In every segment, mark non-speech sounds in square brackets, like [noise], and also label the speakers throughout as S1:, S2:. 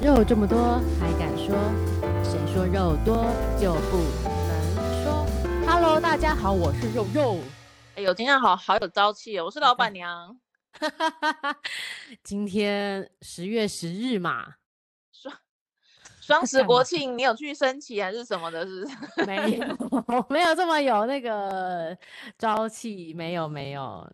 S1: 肉这么多还敢说？谁说肉多就不能说？Hello，大家好，我是肉肉。
S2: 哎呦，今天好好有朝气哦！我是老板娘，
S1: [laughs] 今天十月十日嘛，
S2: 双十国庆你有去升旗还是什么的？是不 [laughs] 是？
S1: 没有没有这么有那个朝气，没有没有。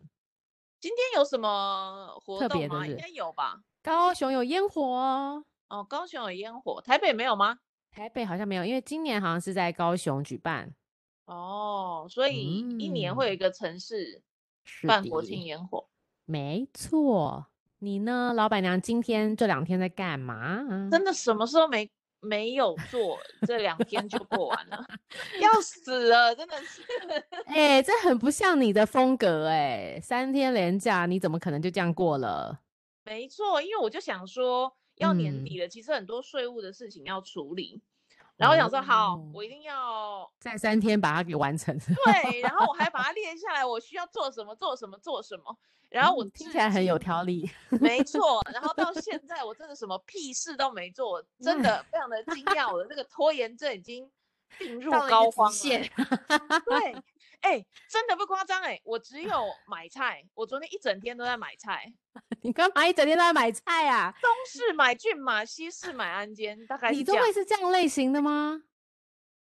S2: 今天有什么活
S1: 特
S2: 动
S1: 别的
S2: 吗？
S1: 日
S2: 应该有吧？
S1: 高雄有烟火哦，
S2: 哦，高雄有烟火，台北没有吗？
S1: 台北好像没有，因为今年好像是在高雄举办。
S2: 哦，所以一年会有一
S1: 嗯
S2: 个城市
S1: 是
S2: 办
S1: 的
S2: 国庆烟火。
S1: 没错。你呢，老板娘？今天这两天在干嘛啊？
S2: 真的什么事都没没有做，这两天就过完了，要死了，真的是。
S1: 哎、这很不像你的风格哎、三天连假，你怎么可能就这样过了？
S2: 没错，因为我就想说，要年
S1: 嗯
S2: 底了，其实很多税务的事情要处理，然后我想说，好，我
S1: 哦
S2: 一定要
S1: 在三天把它给完成。
S2: 对，然后我还
S1: [laughs]
S2: 把它列下来，我需要做什么，做什么，做什么。然后我
S1: 嗯听
S2: 至
S1: 起来很有
S2: 今
S1: 条理。
S2: 没错，然后到现在我真的什么屁事都没做，
S1: [laughs]
S2: 我真的非常的惊讶，我的这个拖延症已经病入
S1: 到了一个极
S2: 膏肓了
S1: 限。
S2: 对，哎、真的不夸张哎，我只有买菜，我昨天一整天都在买菜，
S1: [laughs] 你干嘛一整天都在买菜啊？
S2: 东市买骏马，西市买鞍鞯，大概
S1: 你
S2: 是这
S1: 都
S2: 样
S1: 会。是这样类型的吗？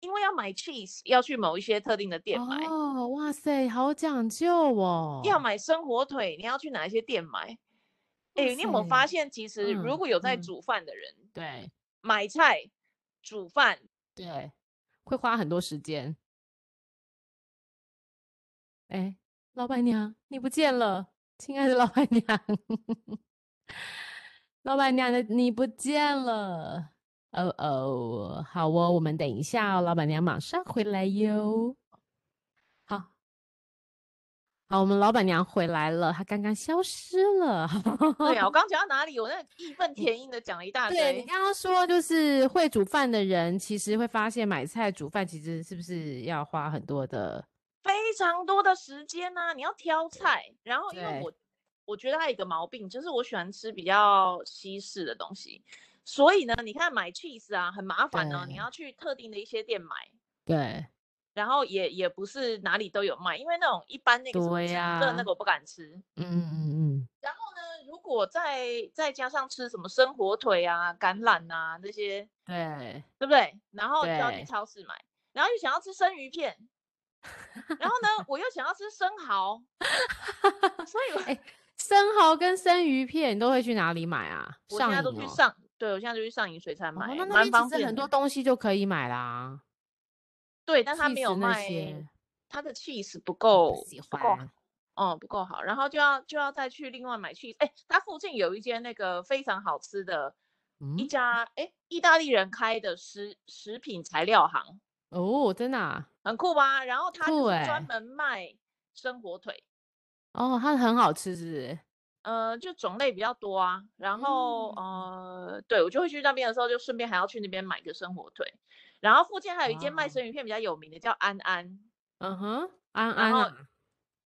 S2: 因为要买 cheese，要去某一些特定的店买；
S1: 哦，哇塞，好讲究哦。
S2: 要买生火腿，你要去哪一些店买？哎、你有没有
S1: 塞
S2: 发现，其实如
S1: 嗯
S2: 果有在
S1: 嗯
S2: 煮饭的人，
S1: 对
S2: 买菜、
S1: [laughs]
S2: 煮饭，
S1: 对，会花很多时间。哎，老板娘，你不见了，亲爱的老板娘， [laughs] 老板娘的你不见了。哦哦，好哦，我们等一下哦，老板娘马上回来哟。好，好，我们老板娘回来了，她刚刚消失了。 [laughs]
S2: 对啊，我刚讲到哪里？我那个义愤填膺的讲了一大
S1: 嗯对你
S2: 堆。
S1: 刚刚说，就是会煮饭的人，其实会发现买菜煮饭其实是不是要花很多的？
S2: 非常多的时间呐、你要挑菜。然后因为
S1: 对
S2: 我我觉得还有一个毛病，就是我喜欢吃比较西式的东西，所以呢，你看买 cheese 啊很麻烦哦，你
S1: 对
S2: 要去特定的一些店买，
S1: 对，
S2: 然后也也不是哪里都有卖，因为那种一般那个什么
S1: 对
S2: 清
S1: 呀
S2: 炖那个我不敢吃。
S1: 嗯嗯
S2: 然后呢，如果再再加上吃什么生火腿啊、橄榄啊这些，
S1: 嗯，
S2: 对不对？然后就要去
S1: 对
S2: 超市买，然后又想要吃生
S1: [laughs]
S2: 鱼片，然后呢，我又想要吃生蚝，所
S1: [laughs]
S2: 以我
S1: 对。哎，生蚝跟生鱼片你都会去哪里买啊？
S2: 我现
S1: 上
S2: 在
S1: 瘾
S2: 都去
S1: 哦
S2: 上，对我现在就去上影水产买
S1: 哦，
S2: 欸，
S1: 那那
S2: 蛮
S1: 边
S2: 方
S1: 其实
S2: 便
S1: 很
S2: 的
S1: 多东西就可以买啦。
S2: 对， [laughs] 但它没
S1: cheese
S2: 有
S1: 那
S2: 卖，
S1: 些，
S2: 它的 cheese 不
S1: 我不
S2: 够，
S1: 喜
S2: 不够
S1: 欢。
S2: 哦，不够好，然后就要就要再去另外买 cheese。哎，它附近有一间那个非常好吃的，一
S1: 嗯，
S2: 家哎意大利人开的食食品材料行，
S1: 哦，真的啊，
S2: 很酷吧？然后它就
S1: 酷
S2: 是专
S1: 欸
S2: 门卖生火腿。
S1: 哦，它很好吃，是不是？
S2: 呃，就种类比较多啊，然后
S1: 嗯
S2: 呃，对我就会去那边的时候，就顺便还要去那边买个生火腿，然后附近还有一间卖
S1: 哇
S2: 生鱼片比较有名的叫安安，
S1: 嗯哼，安
S2: 然
S1: 安
S2: 后
S1: 啊，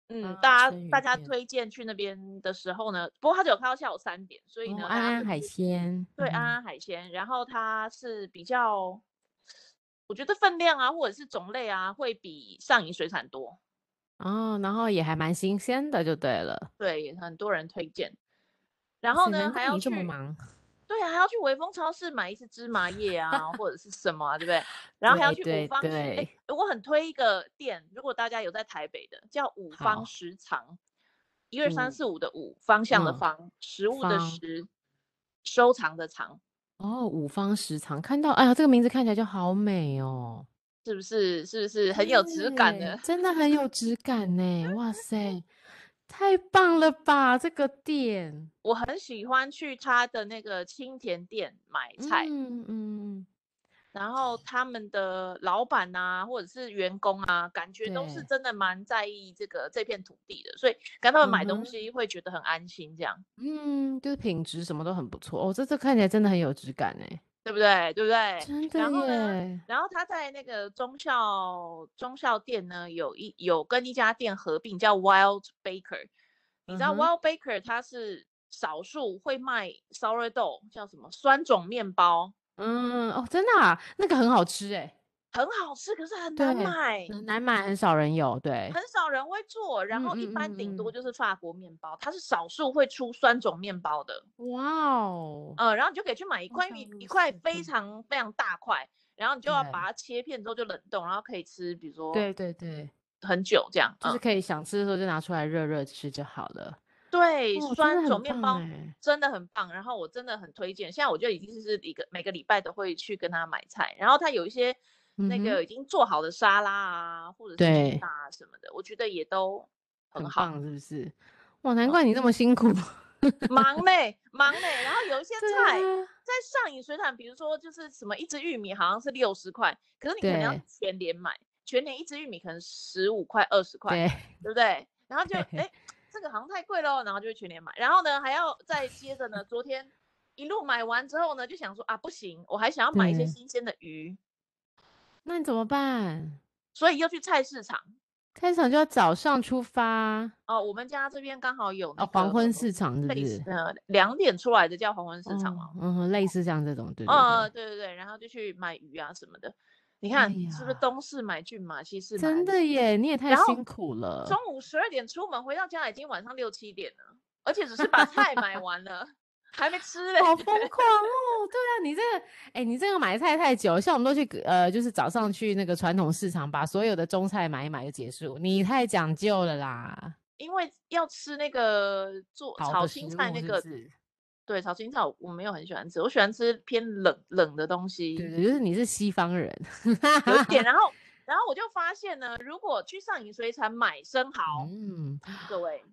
S2: 嗯，
S1: 啊
S2: 大家
S1: 生
S2: 大
S1: 鱼
S2: 家
S1: 片
S2: 推荐去那边的时候呢，不过他只有开到下午三点，所以
S1: 哦，
S2: 呢，
S1: 安
S2: 大家
S1: 安
S2: 就
S1: 海
S2: 去
S1: 鲜，
S2: 对
S1: 嗯
S2: 安安海鲜，然后它是比较，我觉得分量啊或者是种类啊会比上影水产多，
S1: 哼，哦，然后也还蛮新鲜的，就对了。
S2: 对，也很多人推荐，然
S1: 哇
S2: 后
S1: 塞
S2: 呢
S1: 难
S2: 还
S1: 怪
S2: 要
S1: 你这么
S2: 去。
S1: 忙，
S2: 对啊，还要去微风超市买一些芝麻叶啊，或者是什么啊，对不
S1: [laughs]
S2: 对？然后还要
S1: 对
S2: 去五
S1: 对
S2: 方食，哎
S1: 对，
S2: 我很推一个店，如果大家有在台北的，叫五方
S1: 好
S2: 食堂，一二三
S1: 五
S2: 四五的五，方向的
S1: 嗯
S2: 方，食物的
S1: 方
S2: 食，收藏的藏，
S1: 哦，五方食堂看到，哎呀，这个名字看起来就好美哦，
S2: 是不是？是不是很有质感
S1: 对
S2: 的？
S1: 真的很有质感呢，哇塞，太棒了吧，这个店，
S2: 我很喜欢去他的那个青田店买菜，
S1: 嗯嗯，
S2: 然后他们的老板啊，或者是员工啊，感觉都是
S1: 对
S2: 真的蛮在意这个这片土地的，所以跟他们买
S1: 嗯
S2: 东
S1: 哼
S2: 西会觉得很安心，这样
S1: 嗯，就是品质什么都很不错哦，这这看起来真的很有质感哎，
S2: 对不对？对不对？
S1: 真的
S2: 然后呢，
S1: 耶，
S2: 然后他在那个中校中校店呢，有一有跟一家店合并叫 Wild Baker，你知道
S1: 嗯哼
S2: Wild Baker 它是少数会卖烧热豆，叫什么酸种面包，
S1: 嗯，哦，真的啊，那个很好吃哎、
S2: 很好吃，可是很难
S1: 对
S2: 买，
S1: 很难买，很少人有，对，
S2: 很少人会做。然
S1: 嗯
S2: 后一
S1: 嗯
S2: 般
S1: 嗯
S2: 顶
S1: 嗯
S2: 多就是法国面包，它是少数会出酸种面包的。
S1: 哇哦，
S2: 呃，然后你就可以去买一
S1: 好
S2: 块
S1: 像
S2: 一一
S1: 如
S2: 块
S1: 此
S2: 非
S1: 嗯
S2: 常非常大块，然后你就要
S1: 对
S2: 把它切片之后就冷冻，然后可以吃，比如说
S1: 对对对，
S2: 很久这样。
S1: 就是
S2: 哦嗯，
S1: 可以想吃的时候就拿出来热热吃就好了。
S2: 对，
S1: 哦，真
S2: 酸
S1: 的
S2: 种
S1: 很
S2: 面
S1: 棒
S2: 包
S1: 哎，
S2: 真的很棒，然后我真的很推荐。现在我就已经是一个每个礼拜都会去跟他买菜，然后他有一些那
S1: 嗯哼
S2: 个已经做好的沙拉啊，或者是披
S1: 对
S2: 萨啊什么的，我觉得也都很
S1: 很
S2: 好。哦
S1: 棒是不是？哇，难怪你这么辛苦。 [laughs]
S2: 忙嘞，忙嘞。然后有一些菜
S1: 对啊，
S2: 在上影水产，比如说就是什么一只玉米好像是六十块，可是你可能要
S1: 对
S2: 全年买，全年一只玉米可能十五块、二十块，
S1: 对，
S2: 对不对？然后就
S1: 对 [laughs]
S2: 哎，这个好像太贵喽，然后就会全年买。然后呢，还要再接着呢，昨天一路买完之后呢，就想说啊，不行，我还想要买一些
S1: 对
S2: 新鲜的鱼，
S1: 那你怎么办？
S2: 所以又去菜市场。
S1: 菜市场就要早上出发
S2: 哦，我们家这边刚好有那
S1: 哦，黄昏
S2: 个
S1: 市场是不
S2: 类
S1: 是
S2: 似？呃两点出来的叫黄昏市场嘛
S1: 哦，，嗯哼，类似像这种，对对
S2: 呃，
S1: 对，
S2: 对对对，然后就去买鱼啊什么的。你
S1: 哎
S2: 看是不是
S1: 呀
S2: 东市买骏马，西市买鞍
S1: 真的
S2: 马
S1: 耶，你也太
S2: 然后
S1: 辛苦了。
S2: 中午十二点出门，回到家已经晚上六七点了，而且只是把菜买完了，还没吃嘞。
S1: 好疯狂哦！对啊，你这个，哎、你这个买菜太久，像我们都去隔，呃，就是早上去那个传统市场，把所有的中菜买一买就结束。你太讲究了啦，
S2: 因为要吃那个做
S1: 好
S2: 炒
S1: 的
S2: 青
S1: 食
S2: 菜
S1: 物
S2: 那
S1: 是
S2: 个，
S1: 不是？
S2: 对，炒青菜我我没有很喜欢吃，我喜欢吃偏冷冷的东西，
S1: 对对，就是你是西方人，
S2: 有一点。然后，然后我就发现呢，如果去上影水产买生蚝，
S1: [laughs] 嗯，
S2: 各位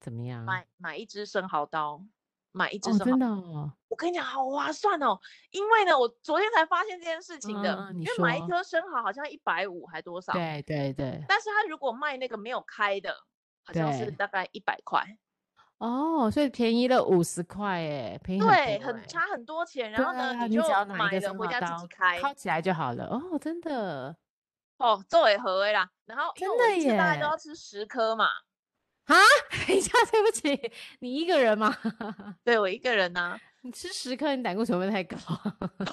S1: 怎么样？
S2: 买买一只生蚝刀，买一只
S1: 哦，
S2: 生蚝
S1: 真的哦，
S2: 我跟你讲，好划算哦！因为呢，我昨天才发现这件事情的，
S1: 嗯嗯你
S2: 因为买一
S1: 说
S2: 颗生蚝好像一百五还多少，
S1: 对对对，
S2: 但是他如果卖那个没有开的，好像是
S1: 对哎
S2: 大概一百块，
S1: 哦，所以便宜了五十块，哎，便宜很
S2: 对，
S1: 多
S2: 很
S1: 哎
S2: 差很多钱。然
S1: 对
S2: 后呢，
S1: 啊，
S2: 你
S1: 你
S2: 就
S1: 只要拿一
S2: 买
S1: 个
S2: 了
S1: 生
S2: 回
S1: 蚝
S2: 家自
S1: 刀
S2: 己开，
S1: 烤起来就好了。哦，真的 [laughs]
S2: 哦，作为何为啦。然后因为
S1: 真
S2: 我
S1: 的
S2: 一次大概
S1: 耶
S2: 都要吃十颗嘛，
S1: 啊！等一下，对不起，你一个人吗？
S2: 对我一个人呢、
S1: [laughs] 你吃十颗，你胆固醇会不会太高？ [laughs]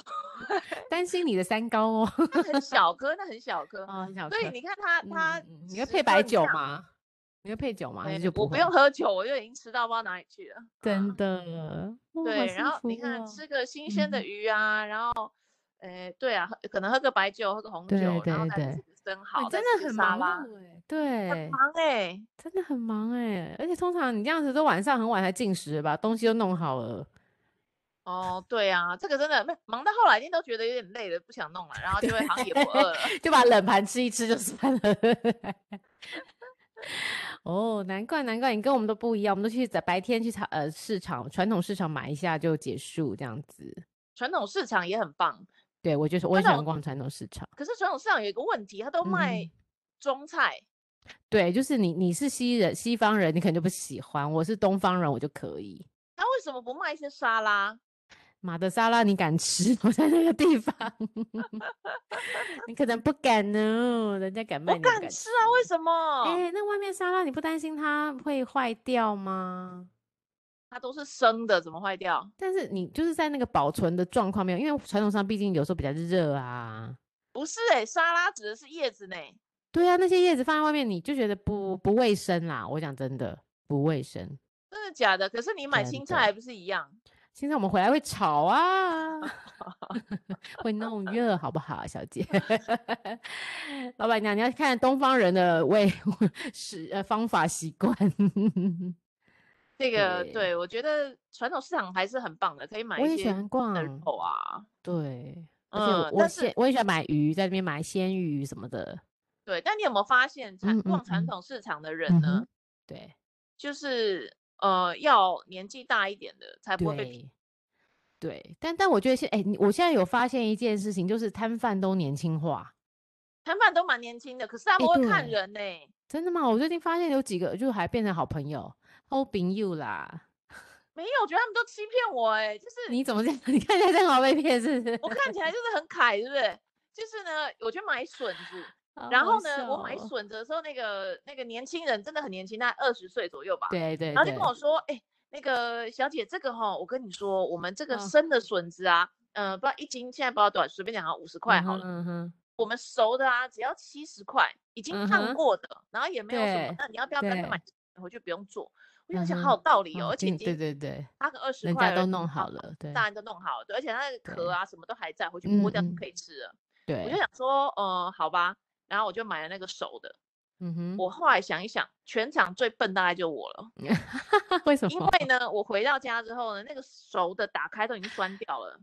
S1: 担心你的三高哦。
S2: 那很小颗，那很小颗。
S1: 啊，小
S2: 嗯所以
S1: 颗
S2: 你看他他、
S1: 嗯，你会配白酒？吗？你会配酒吗？还是
S2: 哎
S1: 就不
S2: 我不
S1: 会
S2: 用喝酒，我就已经吃到不知道哪里去了。
S1: 真的，哇好
S2: 对，
S1: 幸
S2: 然后你
S1: 福
S2: 看
S1: 哦
S2: 吃个新鲜的
S1: 嗯
S2: 鱼啊，然后，诶，对啊，喝可能喝个白酒，喝个红酒，
S1: 对
S2: 然后
S1: 对
S2: 再
S1: 对
S2: 吃个生
S1: 哇
S2: 蚝，
S1: 你
S2: 再
S1: 真
S2: 吃
S1: 的
S2: 个
S1: 很
S2: 沙
S1: 忙
S2: 拉，
S1: 碌哎，对，
S2: 忙哎、
S1: 真的很忙哎，而且通常你这样子都晚上很晚才进食了吧，东西都弄好了，
S2: 哦，对啊，这个真的，不是忙到后来一定都觉得有点累了，不想弄了，然后就会好像也不饿了。
S1: [laughs] 就把冷盘吃一吃就算了。 [laughs] 哦，难怪难怪你跟我们都不一样，我们都去在白天去超呃市场传统市场买一下就结束这样子。
S2: 传统市场也很棒，
S1: 对，我就是我很喜
S2: 传
S1: 欢
S2: 统
S1: 逛传统市场。
S2: 可是传统市场有一个问题，它都卖
S1: 嗯
S2: 中菜，
S1: 对，就是你你是西人西方人，你可能就不喜欢；我是东方人，我就可以。
S2: 它为什么不卖一些沙拉？
S1: 马德沙拉你敢吃？ [laughs] 我在那个地方，你可能不敢呢，人家敢卖
S2: 我
S1: 你不
S2: 敢
S1: 敢
S2: 吃啊，为什
S1: 哎、
S2: 么？
S1: 那外面沙拉你不担心它会坏掉吗？
S2: 它都是生的，怎么坏掉？
S1: 但是你就是在那个保存的状况没有，因为传统上毕竟有时候比较热啊。
S2: 不是哎、沙拉指的是叶子呢。
S1: 对啊，那些叶子放在外面，你就觉得不不卫生啦。我讲真的，不卫生。
S2: 真的假的？可是你买
S1: 真
S2: 青
S1: 的
S2: 菜还不是一样？
S1: 现在我们回来会吵
S2: [laughs]
S1: 啊，会弄热，好不好，小姐？ [laughs] 老板娘，你要看东方人的 [laughs] 味是呃方法习惯。 [laughs]
S2: 这个
S1: 对
S2: 对我觉得传统市场还是很棒的，可以买
S1: 我
S2: 一
S1: 也
S2: 些
S1: 喜欢
S2: 新的
S1: 逛，
S2: 肉啊，
S1: 对，而且我
S2: 嗯，
S1: 我
S2: 但是
S1: 先我也喜欢买鱼，在那边买鲜鱼什么的。
S2: 对，但你有没有发现传
S1: 嗯嗯
S2: 逛传
S1: 嗯
S2: 统市场的人
S1: 嗯
S2: 呢
S1: 哼，，对
S2: 就是呃要年纪大一点的才不会被骗，
S1: 对对，但但我觉得现哎、你我现在有发现一件事情，就是摊贩都年轻化。
S2: 摊贩都蛮年轻的，可是他
S1: 哎
S2: 们会看
S1: 对
S2: 人呢、
S1: 真的吗？我最近发现有几个就还变成好朋友，好朋友啦。
S2: 没有，我觉得他们都欺骗我哎、就是
S1: 你怎么这样？ [laughs] 你看起来这样好被骗是
S2: [laughs]
S1: 不是？
S2: 我看起来就是很凯，对不对？就是呢，我去买笋
S1: [laughs]
S2: 子，
S1: 好
S2: 然
S1: 好
S2: 后呢，我买
S1: 笑哦
S2: 笋子的时候，那个那个年轻人真的很年轻，大概二十岁左右吧，
S1: 对对
S2: 然后就跟
S1: 对
S2: 我说，哎、那个小姐，这个哈、我跟你说，我们这个
S1: 嗯
S2: 生的笋子啊，呃，不知道一斤现在不知道多少，随便讲啊，五十块好了。
S1: 嗯哼，
S2: 我们熟的啊，只要七十块，已经
S1: 嗯
S2: 烫
S1: 哼
S2: 过的，然后也没有什么
S1: 对。
S2: 那你要不要干脆买
S1: 对？
S2: 回去不用做。我想想，
S1: 嗯
S2: 好有
S1: 哼
S2: 道理
S1: 嗯
S2: 哦，而且
S1: 今
S2: 已
S1: 对
S2: 经
S1: 对对，
S2: 八个二十
S1: 人
S2: 块
S1: 家
S2: 而
S1: 都
S2: 已
S1: 弄
S2: 然后
S1: 好了，对
S2: 大人都弄好了，对，而且它那个壳
S1: 对
S2: 啊什么都还在，回去剥掉就
S1: 嗯嗯
S2: 可以吃了。我就
S1: 对，
S2: 想说，呃，好吧，然后我就买了那个熟的。
S1: 嗯哼，
S2: 我后来想一想，全场最笨大概就我了，
S1: 为什
S2: [laughs] 因
S1: 么？
S2: 为呢，我回到家之后呢，那个熟的打开都已经酸掉了。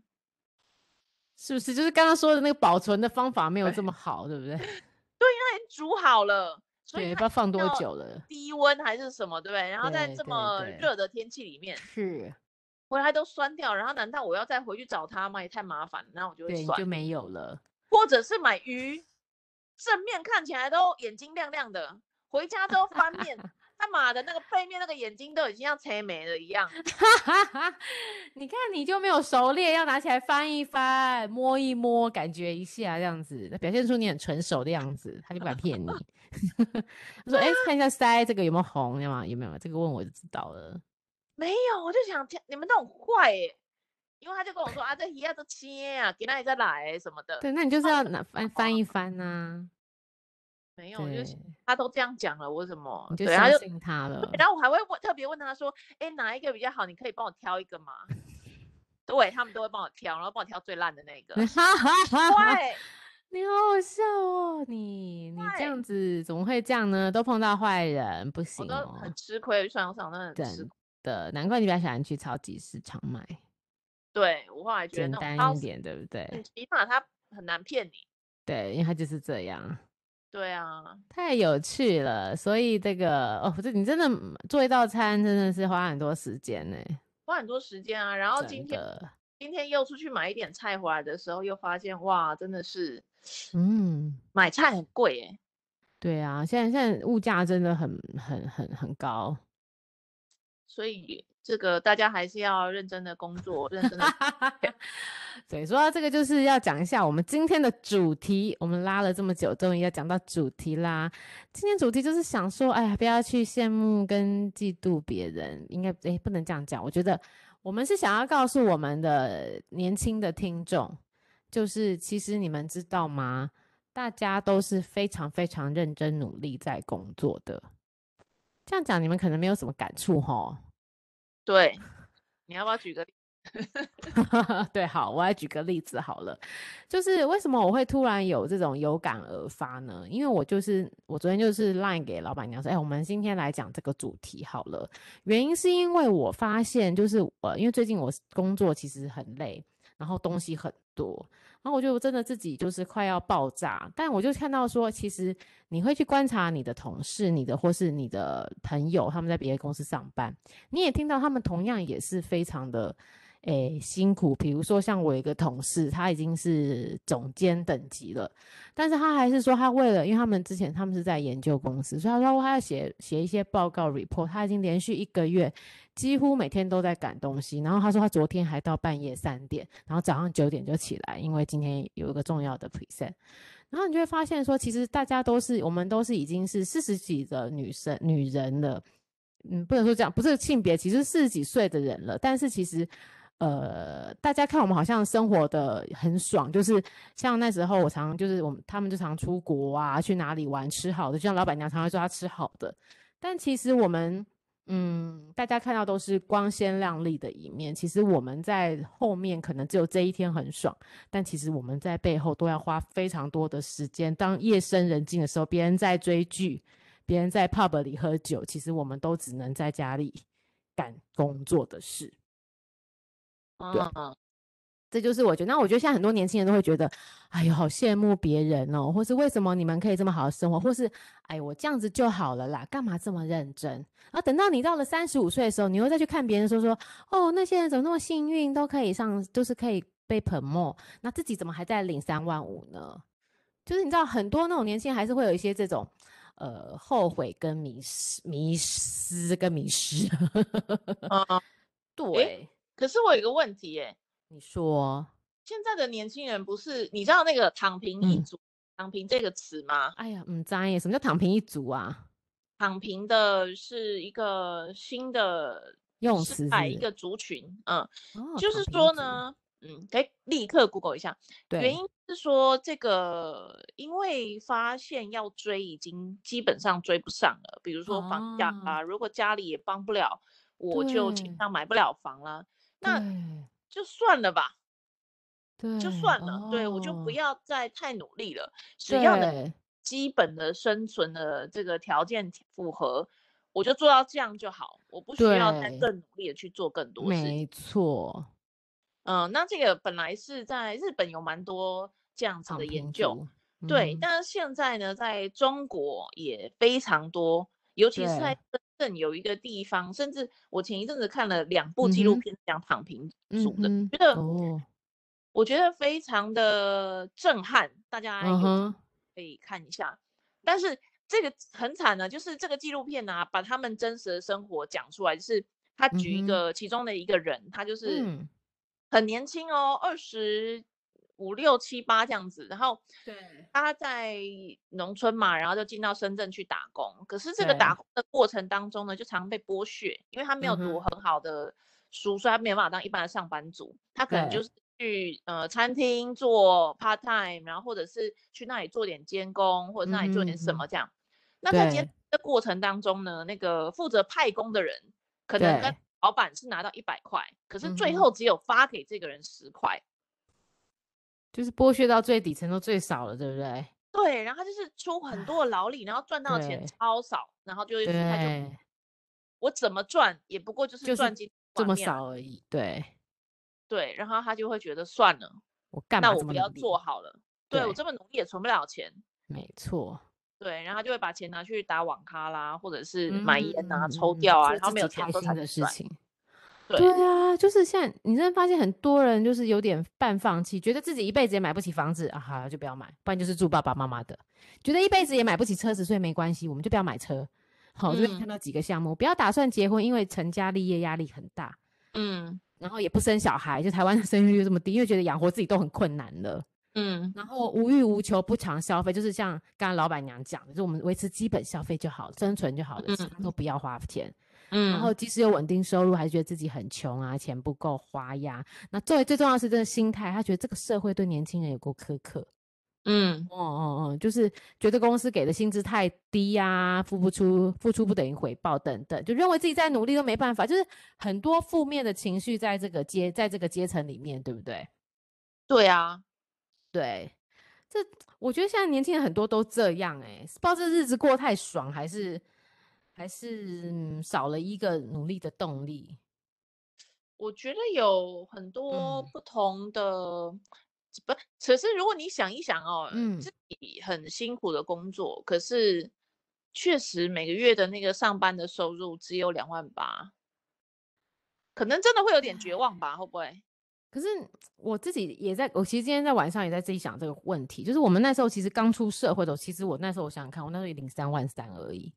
S1: 是不是就是刚刚说的那个保存的方法没有
S2: 对
S1: 这么好，对不对？
S2: 它已经煮好了，所以
S1: 对，不
S2: 它
S1: 知道放多
S2: 要
S1: 久了。
S2: 低温还是什么，对不对？然后在
S1: 对
S2: 这
S1: 对
S2: 么
S1: 对
S2: 热的天气里面，
S1: 是，
S2: 回来都酸掉，然后难道我要再回去找它吗？也太麻烦了，那我就会
S1: 对，你
S2: 算
S1: 就
S2: 了，
S1: 没有了。
S2: 或者是买鱼，正面看起来都眼睛亮亮的，回家之后翻面，他妈的那个背面那个眼睛都已经像切没了一样。
S1: [laughs] 你看，你就没有熟练，要拿起来翻一翻，摸一摸，感觉一下，这样子表现出你很成熟的样子，他就不敢骗你。 [laughs] 他说：“哎、看一下腮这个有没有红，有吗？有没有？这个问我就知道了。
S2: 没有，我就想天你们都很坏耶、因为他就跟我说啊，这鱼啊，这切啊，给那里再来、什么的。
S1: 对，那你就是要 [laughs] 拿翻
S2: 啊
S1: 翻一翻呐、
S2: 没有，我就
S1: 对
S2: 想，他都这样讲了，我什么？
S1: 你就
S2: 对，他就
S1: 相信他了
S2: 对。然后我还会问，特别问他说：“哎，哪一个比较好？你可以帮我挑一个吗？”
S1: [laughs]
S2: 对他们都会帮我挑，然后帮我挑最烂的那个。
S1: 哈哈哈哈！
S2: 对，
S1: 你好好笑哦，你你这
S2: 对
S1: 样子怎么会这样呢？都碰到坏人，不
S2: 我
S1: 行
S2: 都
S1: 哦。
S2: 很吃亏，算上真的很吃
S1: 真
S2: 亏。
S1: 的，难怪你比较喜欢去超级市场买，
S2: 对我后来觉得
S1: 简
S2: 那种
S1: 单
S2: 超
S1: 一
S2: 市，
S1: 点，对不
S2: 嗯
S1: 对？
S2: 起码他很难骗你。
S1: 对，因为它就是这样，
S2: 对啊，
S1: 太有趣了。所以这个哦，这你真的嗯做一道餐真的是花很多时间呢、
S2: 花很多时间啊。然后今
S1: 真
S2: 天
S1: 的，
S2: 今天又出去买一点菜回来的时候，又发现哇，真的是
S1: 嗯，
S2: 买菜很贵哎、
S1: 对啊，现在现在物价真的很很很很高。
S2: 所以这个大家还是要认真的工作，认真的
S1: [laughs] 对，说到这个，就是要讲一下我们今天的主题。我们拉了这么久，终于要讲到主题啦。今天主题就是想说，哎呀，不要去羡慕跟嫉妒别人，应该哎不能这样讲。我觉得我们是想要告诉我们的年轻的听众，就是其实你们知道吗？大家都是非常非常认真努力在工作的。这样讲你们可能没有什么感触吼。
S2: 对。你要不要
S1: [laughs]
S2: 举个例？
S1: 对，好，我来举个例子好了，就是为什么我会突然有这种有感而发呢？因为我就是我昨天就是 line 给老板娘说，哎、我们今天来讲这个主题好了。原因是因为我发现，就是呃，因为最近我工作其实很累，然后东西很多，然后我就真的自己就是快要爆炸。但我就看到说，其实你会去观察你的同事、你的或是你的朋友，他们在别的公司上班，你也听到他们同样也是非常的。诶，辛苦。比如说，像我有一个同事，他已经是总监等级了，但是他还是说，他为了，因为他们之前他们是在研究公司，所以他说他要写写一些报告 report，他已经连续一个月几乎每天都在赶东西。然后他说他昨天还到半夜三点，然后早上九点就起来，因为今天有一个重要的 present。然后你就会发现说，其实大家都是，我们都是已经是四十几的女生女人了，嗯，不能说这样，不是性别，其实四十几岁的人了，但是其实。呃，大家看我们好像生活的很爽，就是像那时候我常就是我们他们就常出国啊，去哪里玩吃好的，就像老板娘常会说她吃好的，但其实我们嗯，大家看到都是光鲜亮丽的一面，其实我们在后面可能只有这一天很爽，但其实我们在背后都要花非常多的时间。当夜深人静的时候，别人在追剧，别人在 pub 里喝酒，其实我们都只能在家里干工作的事。
S2: 嗯，
S1: [laughs] 这就是我觉得，那我觉得现在很多年轻人都会觉得，哎呦，好羡慕别人哦，或是为什么你们可以这么好的生活，或是哎，我这样子就好了啦，干嘛这么认真？然后等到你到了三十五岁的时候，你又再去看别人说说，哦，那些人怎么那么幸运，都可以上，就是可以被 promote，那自己怎么还在领三万五呢？就是你知道，很多那种年轻人还是会有一些这种，呃，后悔跟迷失、迷失跟迷失。 [laughs]
S2: 嗯，
S1: 对，
S2: 可是我有一个问题耶、
S1: 你说，
S2: 现在的年轻人不是你知道那个“躺平一
S1: 嗯
S2: 族”躺平”这个词吗？
S1: 哎呀，嗯，张耶，什么叫躺平一族啊？
S2: 躺平的是一个新的
S1: 用
S2: 失
S1: 词
S2: 败
S1: 是
S2: 一
S1: 不
S2: 个族群，嗯，
S1: 哦
S2: 就
S1: 躺
S2: 是
S1: 平
S2: 说
S1: 族
S2: 呢，嗯，可以立刻 Google 一下，
S1: 对
S2: 原因是说这个，因为发现要追已经基本上追不上了，比如说房价
S1: 啊
S2: 啊，如果家里也帮不了，我就基
S1: 对
S2: 本上买不了房了，那
S1: 对
S2: 就算了吧，
S1: 对
S2: 就算了，对我就不
S1: 嗯哦，
S2: 要再太努力了，只要能
S1: 对
S2: 基本的生存的这个条件符合，我就做到这样就好，我不需要再
S1: 对，
S2: 更努力的去做更多事情。
S1: 没错，
S2: 嗯，呃那这个本来是在日本有蛮多这样子
S1: 躺
S2: 的研
S1: 平
S2: 究，
S1: 族，
S2: 对，
S1: 嗯，
S2: 但是现在呢，在中国也非常多，尤其是在
S1: 对，
S2: 深圳有一个地方，甚至我前一阵子看了两部
S1: 嗯
S2: 纪录
S1: 哼，
S2: 片讲躺平
S1: 嗯
S2: 族的，
S1: 哼，
S2: 觉得
S1: 哦，
S2: 我觉得非常的震撼，大家
S1: 嗯
S2: 有机
S1: 哼，
S2: 会可以看一下。但是这个很惨呢，就是这个纪录片啊，把他们真实的生活讲出来，就是他
S1: 嗯
S2: 举一
S1: 哼，
S2: 个其中的一个人，他就是
S1: 嗯，
S2: 很年轻哦，二十五六七八这样子，然后
S1: 对，
S2: 他在农村嘛，然后就进到深圳去打工。可是这个打
S1: 对，
S2: 工的过程当中呢，就常被剥削，因为他没有
S1: 嗯
S2: 读
S1: 哼，
S2: 很好的书，所以他没有办法当一般的上班族。他可能就
S1: 对，
S2: 是去呃餐厅做 part time，然后或者是去那里做点监工，或者
S1: 嗯
S2: 是那里做
S1: 哼
S2: 点
S1: 嗯
S2: 什么
S1: 哼，
S2: 这样。那在监
S1: 对
S2: 的过程当中呢，那个负责派工的人可能跟
S1: 对，
S2: 老板是拿到一百块，可是
S1: 嗯
S2: 最
S1: 哼，
S2: 后只有发给这个人十块。
S1: 就是剥削到最底层都最少了，对不对？
S2: 对，然后他就是出很
S1: 啊，
S2: 多的劳力，然后赚到的钱
S1: 对
S2: 超少，然后就会他就
S1: 对，
S2: 我怎么赚也不过就是
S1: 就是
S2: 赚今天
S1: 这
S2: 碗
S1: 么
S2: 面而
S1: 少而
S2: 已。
S1: 已，对。
S2: 对，然后他就会觉得算了，
S1: 我干
S2: 那
S1: 嘛
S2: 我
S1: 这
S2: 不
S1: 么
S2: 要
S1: 努
S2: 做
S1: 力？
S2: 好了。对我
S1: 对，
S2: 这么努力也存不了钱，
S1: 没错，
S2: 对，然后他就会把钱拿去打网咖啦，或者是买烟啊、抽
S1: 嗯，
S2: 掉啊，
S1: 做
S2: 然后
S1: 自
S2: 没有
S1: 己
S2: 钱
S1: 开
S2: 之后才
S1: 心
S2: 去
S1: 的事
S2: 赚。
S1: 情。对
S2: 对，
S1: 啊，就是现在你真的发现很多人就是有点半放弃，觉得自己一辈子也买不起房子啊，好就不要买，不然就是住爸爸妈妈的，觉得一辈子也买不起车子，所以没关系，我们就不要买车。好，这边看
S2: 嗯
S1: 到几个项目，不要打算结婚，因为成家立业压力很大，
S2: 嗯
S1: 然后也不生小孩，就台湾的生育率就这么低，因为觉得养活自己都很困难了。
S2: 嗯
S1: 然后无欲无求，不常消费，就是像刚刚老板娘讲的，就是我们维持基本消费就好，生存就好了，其他
S2: 嗯
S1: 都不要花钱。然后
S2: 嗯，
S1: 即使有稳定收入，还是觉得自己很穷啊，钱不够花呀。那最最重要的是这个心态，他觉得这个社会对年轻人有够苛刻。
S2: 嗯
S1: 哦哦哦，就是觉得公司给的薪资太低呀、付不出付出不等于回报等等，就认为自己再努力都没办法，就是很多负面的情绪在这个阶在这个阶层里面，对不对？
S2: 对啊，
S1: 对，这我觉得现在年轻人很多都这样哎、不知道这日子过太爽，还是还是、嗯少了一个努力的动力。
S2: 我觉得有很多
S1: 嗯
S2: 不同的，不，可是如果你想一想哦，
S1: 嗯，
S2: 自己很辛苦的工作，可是确实每个月的那个上班的收入只有两万八，可能真的会有点绝望吧？会不会？
S1: 可是我自己也在，我其实今天在晚上也在自己想这个问题，就是我们那时候其实刚出社会的时候，其实我那时候我想想看，我那时候也领三万三而已，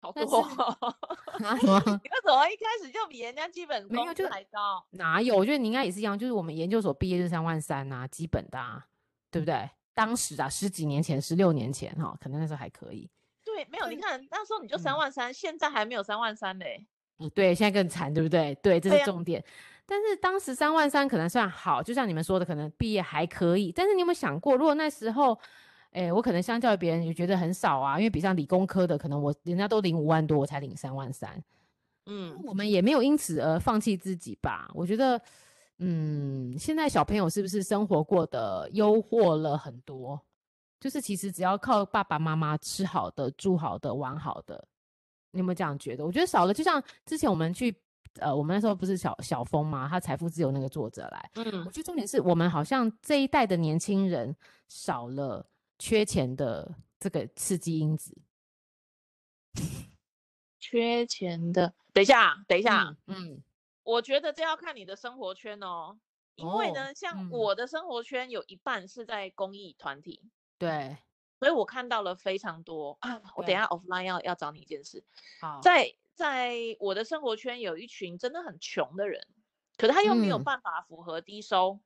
S2: 好
S1: 但
S2: 多
S1: 是
S2: 哦， [laughs]
S1: 啊什么？
S2: 你为什么一开始就比人家基本
S1: 没有，
S2: 工
S1: 就
S2: 资还高？
S1: [laughs] 哪有？我觉得你应该也是一样，就是我们研究所毕业就是三万三啊，基本的啊，对不对？当时啊，十几年前，十六年前哈、可能那时候还可以。
S2: 对，没有，
S1: 所
S2: 你
S1: 以，
S2: 看那时候你就三
S1: 嗯，
S2: 万三，现在还没有三万三嘞。
S1: 嗯对，现在更惨，对不对？对，这是
S2: 对呀、
S1: 重点。但是当时三万三可能算好，就像你们说的，可能毕业还可以。但是你有没有想过，如果那时候，哎，我可能相较于别人也觉得很少啊，因为比上理工科的，可能我人家都领五万多，我才领三万三。那
S2: 嗯，
S1: 我们也没有因此而放弃自己吧？我觉得，嗯，现在小朋友是不是生活过得优渥了很多？就是其实只要靠爸爸妈妈吃好的、住好的、玩好的，你有没有这样觉得？我觉得少了，就像之前我们去，呃，我们那时候不是小小峰嘛，他财富自由那个作者来，我
S2: 嗯，
S1: 觉得重点是我们好像这一代的年轻人少了缺钱的这个刺激因子。
S2: 缺钱的，等一下，啊等一下。
S1: 嗯嗯，
S2: 我觉得这要看你的生活圈哦，因为
S1: 哦，
S2: 呢，像
S1: 嗯，
S2: 我的生活圈有一半是在公益团体，
S1: 对
S2: 所以我看到了非常多啊。我等一下
S1: 对，
S2: offline 要要找你一件事，
S1: 好。
S2: 在在我的生活圈有一群真的很穷的人，可是他又没有
S1: 嗯，
S2: 办法符合低收，